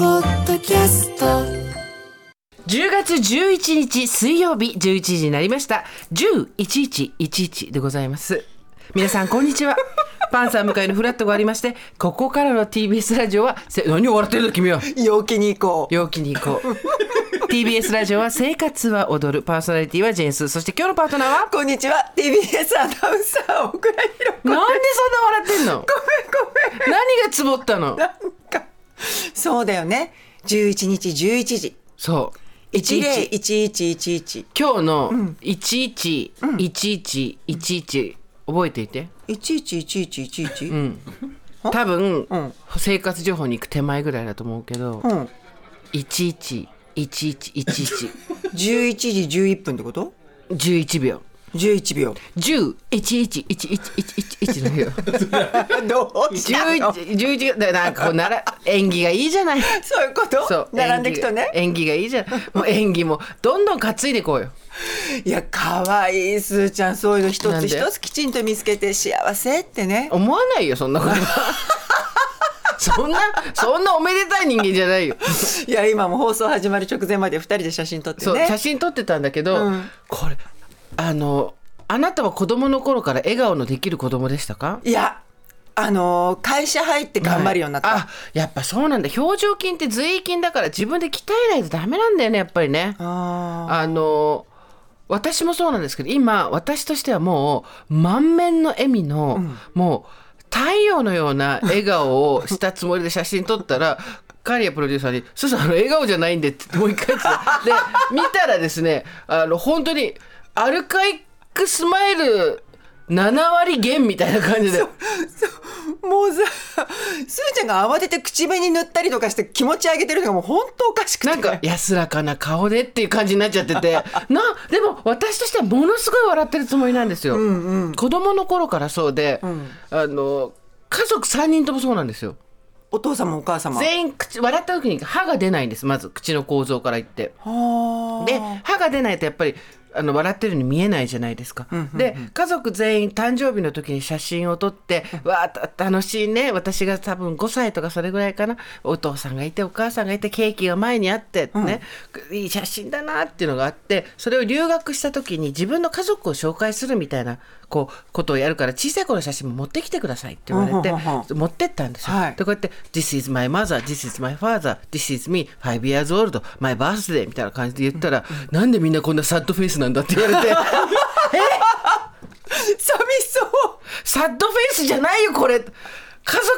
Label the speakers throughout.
Speaker 1: キャスト
Speaker 2: 10月11日水曜日11時になりました101111でございます皆さんこんに ちはパンサー向かいのフラットがありましてここからの TBS ラジオはせ何を笑ってるの君は
Speaker 3: 陽気に行こ
Speaker 2: 陽気に行こ う TBS ラジオは生活は踊るパーソナリティはジェンスそして今日のパートナーは
Speaker 3: う。こんにちは、TBS アナウンサー、小倉弘子。ごめん
Speaker 2: なんでそんな笑ってんの
Speaker 3: ごめん。
Speaker 2: 何がツボったの
Speaker 3: なんか、そうだよね。11日11時。
Speaker 2: そう11
Speaker 3: 101111。
Speaker 2: 今日の111111覚えていて
Speaker 3: 111111。
Speaker 2: うん多分、
Speaker 3: うん
Speaker 2: 生活情報に行く手前ぐらいだと思うけど、
Speaker 3: うん。
Speaker 2: 111111
Speaker 3: 11時11分ってこと
Speaker 2: 11秒
Speaker 3: ?11 秒。
Speaker 2: 10111111のよ
Speaker 3: どうしたの
Speaker 2: 11だなんかこうなら演技がいいじゃ ない
Speaker 3: そういうこと
Speaker 2: そう
Speaker 3: 並んでいくとね。
Speaker 2: 演技が演技がいいじゃないもう演技もどんどん担いでいこうよ
Speaker 3: いや、かわいい、すーちゃん。そういうの一
Speaker 2: なんで
Speaker 3: つ一つきちんと見つけて幸せってね。
Speaker 2: 思わないよそん なことはそんなそんなおめでたい人間じゃないよ
Speaker 3: いや、今も放送始まる直前まで二人で写真撮って
Speaker 2: そう、
Speaker 3: ね。
Speaker 2: 写真撮ってたんだけど、
Speaker 3: うん
Speaker 2: これあのあなたは子供の頃から笑顔のできる子供でしたか
Speaker 3: いや、あのー会社入って頑張るようになった。
Speaker 2: はいあやっぱそうなんだ表情筋って随意筋だから自分で鍛えないとダメなんだよねやっぱりね
Speaker 3: あ
Speaker 2: あの私もそうなんですけど今私としてはもう満面の笑みの、もう太陽のような笑顔をしたつもりで写真撮ったら カリアプロデューサーに「すーさんあの笑顔じゃないんで」ってもう一回言ってたで見たらですねあの本当にアルカイックスマイル7割減みたいな感じで
Speaker 3: ーもうさすーちゃんが慌てて口紅塗ったりとかして気持ち上げてるのがもう本当おかしくて
Speaker 2: なんか安らかな顔でっていう感じになっちゃってて なでも私としてはものすごい笑ってるつもりなんですよ、子供の頃からそうで、あの家族3人ともそうなんですよ
Speaker 3: お父様お母様
Speaker 2: 全員口笑った時に歯が出ないんですまず口の構造から言って
Speaker 3: は
Speaker 2: で歯が出ないとやっぱりあの笑ってるように見えないじゃないですか、で家族全員誕生日の時に写真を撮って「わあた楽しいね私が多分5歳とかそれぐらいかなお父さんがいてお母さんがいてケーキが前にあってね、いい写真だなっていうのがあってそれを留学した時に自分の家族を紹介するみたいなこうことをやるから小さい頃の写真も持ってきてくださいって言われて、
Speaker 3: うんうんうんうん
Speaker 2: 持ってったんですよ。
Speaker 3: はい
Speaker 2: でこうやって「This is my mother This is my father This is me five years old my birthday」みたいな感じで言ったら、なんでみんなこんなサッドフェイスなんだって言われて
Speaker 3: 寂しそう
Speaker 2: サッドフェイスじゃないよこれ家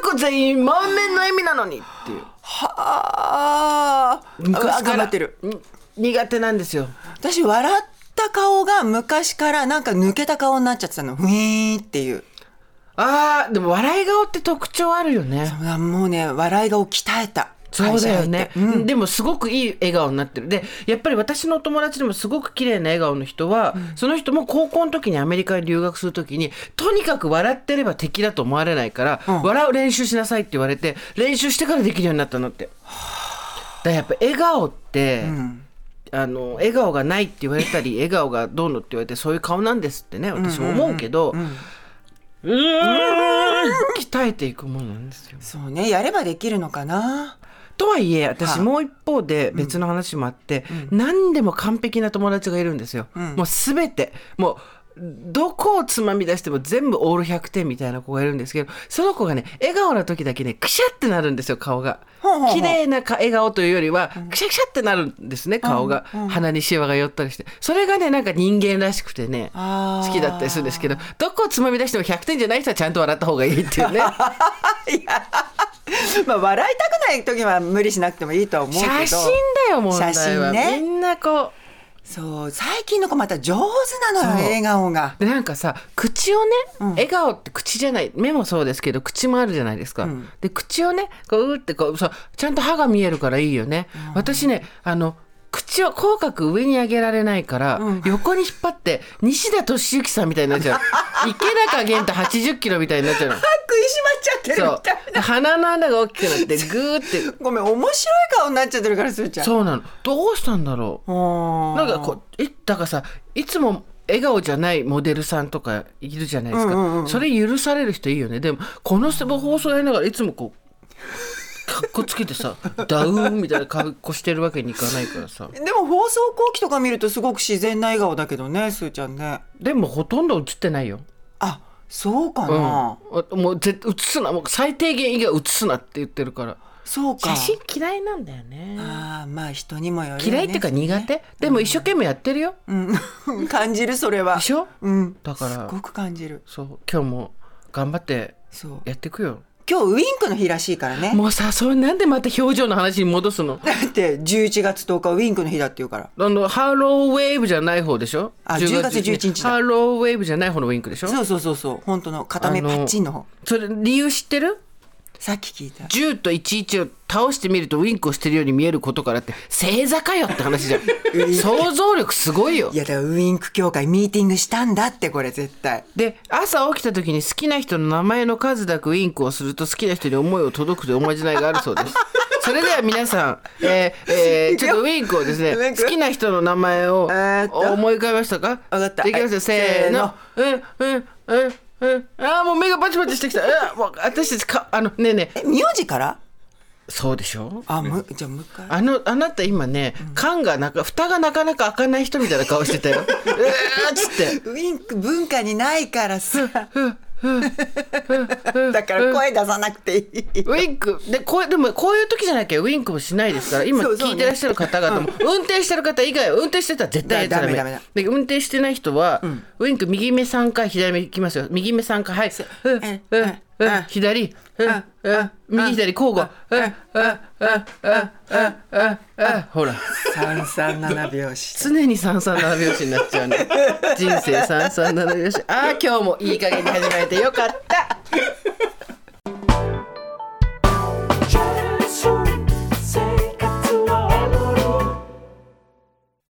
Speaker 2: 族全員満面の笑みなのにっていう
Speaker 3: はあ
Speaker 2: 昔から
Speaker 3: 頑張ってる
Speaker 2: うん苦手なんですよ
Speaker 3: 私笑った顔が昔からなんか抜けた顔になっちゃってたのウィーンっていう
Speaker 2: あーでも笑い顔って特徴あるよね
Speaker 3: あもうね笑い顔鍛えた
Speaker 2: そうだよね
Speaker 3: 会、社入ってうん
Speaker 2: でもすごくいい笑顔になってるでやっぱり私のお友達でもすごく綺麗な笑顔の人は、その人も高校の時にアメリカに留学する時にとにかく笑ってれば敵だと思われないから、
Speaker 3: ん
Speaker 2: 笑う練習しなさいって言われて練習してからできるようになったのって。だからやっぱ笑顔って、あの笑顔がないって言われたり笑顔がどうのって言われてそういう顔なんですってね私も思うけど、うーん鍛えていくものなんですよ。
Speaker 3: そうねやればできるのかな
Speaker 2: とはいえ
Speaker 3: は
Speaker 2: 私
Speaker 3: い
Speaker 2: もう一方で別の話もあって、何でも完璧な友達がいるんですよ、もう全てもうどこをつまみ出しても全部オール100点みたいな子がいるんですけどその子がね笑顔の時だけねくしゃってなるんですよ顔が
Speaker 3: ほうほうほう
Speaker 2: 綺麗なか笑顔というよりはくしゃくしゃってなるんですね顔が、鼻にシワが寄ったりしてそれがねなんか人間らしくてね
Speaker 3: あー
Speaker 2: 好きだったりするんですけどどこをつまみ出しても100点じゃない人はちゃんと笑った方がいいっていう ね
Speaker 3: まあ笑いたくない時は無理しなくてもいいとは思うけど
Speaker 2: 写真だよ問題は
Speaker 3: 写真ね
Speaker 2: みんなこう
Speaker 3: そう最近の子また上手なのよ
Speaker 2: そう
Speaker 3: 笑顔が
Speaker 2: でなんかさ口をね、笑顔って口じゃない目もそうですけど口もあるじゃないですか、で口をねこううってこうさちゃんと歯が見えるからいいよね、私ねあの口を口角上に上げられないから、横に引っ張って西田敏行さんみたいになっちゃう池中玄太80キロみたいになっちゃうの
Speaker 3: 食いしばっちゃってるみ
Speaker 2: そ
Speaker 3: たい
Speaker 2: う鼻の穴が大きくなってグーって
Speaker 3: ごめん面白い顔になっちゃってるからす ーちゃん
Speaker 2: そうなのどうしたんだろう
Speaker 3: う
Speaker 2: なんかこうえだからさいつも笑顔じゃないモデルさんとかいるじゃないですか、それ許される人いいよねでもこの放送やりながらいつもこう格好つけてさ ダウンみたいな格好してるわけにいかないからさ
Speaker 3: でも放送後期とか見るとすごく自然な笑顔だけどねすーちゃんね
Speaker 2: でもほとんど映ってないよ
Speaker 3: あそうか
Speaker 2: うん
Speaker 3: な、
Speaker 2: もう絶映すなもう最低限以外映すなって言ってるから
Speaker 3: そうか
Speaker 2: 写真嫌いなんだよね
Speaker 3: あーまあ人にもよるよね
Speaker 2: 嫌いっていうか苦手、でも一生懸命やってるよ
Speaker 3: うん 感じるそれは
Speaker 2: でしょ
Speaker 3: うん
Speaker 2: だから
Speaker 3: すごく感じる
Speaker 2: そう今日も頑張って
Speaker 3: そう
Speaker 2: やっていくよ
Speaker 3: 今日ウインクの日らしいからね
Speaker 2: もうさそれなんでまた表情の話に戻すの
Speaker 3: だって11月10日ウインクの日だって言うから
Speaker 2: あのハローウェーブじゃない方でしょ
Speaker 3: あ10月11日だ
Speaker 2: ハローウェーブじゃない方のウインクでしょ
Speaker 3: そうそうそうそう本当の片目
Speaker 2: あ
Speaker 3: パ
Speaker 2: の
Speaker 3: ッチンの方
Speaker 2: それ理由知ってる
Speaker 3: さっき聞いた
Speaker 2: ?10 と11を倒してみるとウインクをしてるように見えることからって正座かよって話じ ゃん想像力すごいよ
Speaker 3: いやだからウインク協会ミーティングしたんだってこれ絶対
Speaker 2: で朝起きた時に好きな人の名前の数だけウインクをすると好きな人に思いを届くというおまじないがあるそう です。それでは皆さん、えーえーちょっとウインクをです
Speaker 3: ウイ
Speaker 2: ね
Speaker 3: ンク
Speaker 2: 好きな人の名前を
Speaker 3: えーっと
Speaker 2: 思い浮かべましたか
Speaker 3: わかった
Speaker 2: できま
Speaker 3: は
Speaker 2: し
Speaker 3: い
Speaker 2: たせーの
Speaker 3: せ
Speaker 2: うんうんうんうんあーもう目がバチバチしてきたえーもう私たちかあのねえねえ
Speaker 3: え名字から
Speaker 2: そうでしょ
Speaker 3: あむじゃあもう一回
Speaker 2: あのあなた今ね缶がなか蓋がなかなか開かない人みたいな顔してた よえーっつって
Speaker 3: ウインク文化にないからさだから声出さなくていい
Speaker 2: ウインクでこうでもこういう時じゃなきゃウインクもしないですから今
Speaker 3: そうそうね
Speaker 2: 聞いてらっしゃる方々も運転してる方以外は運転してたら絶対やっちゃダメ
Speaker 3: だダメダメ
Speaker 2: で運転してない人は、ウインク右目3回左目いきますよ右目3回はいうん
Speaker 3: うん
Speaker 2: うん
Speaker 3: うん
Speaker 2: うん左うん
Speaker 3: うん
Speaker 2: うん右左交互うんうんうんうんうんうんほら
Speaker 3: 三三七拍子
Speaker 2: 常に三三七拍子になっちゃうね人生三三七拍子ああ今日もいい加減に始まれてよかった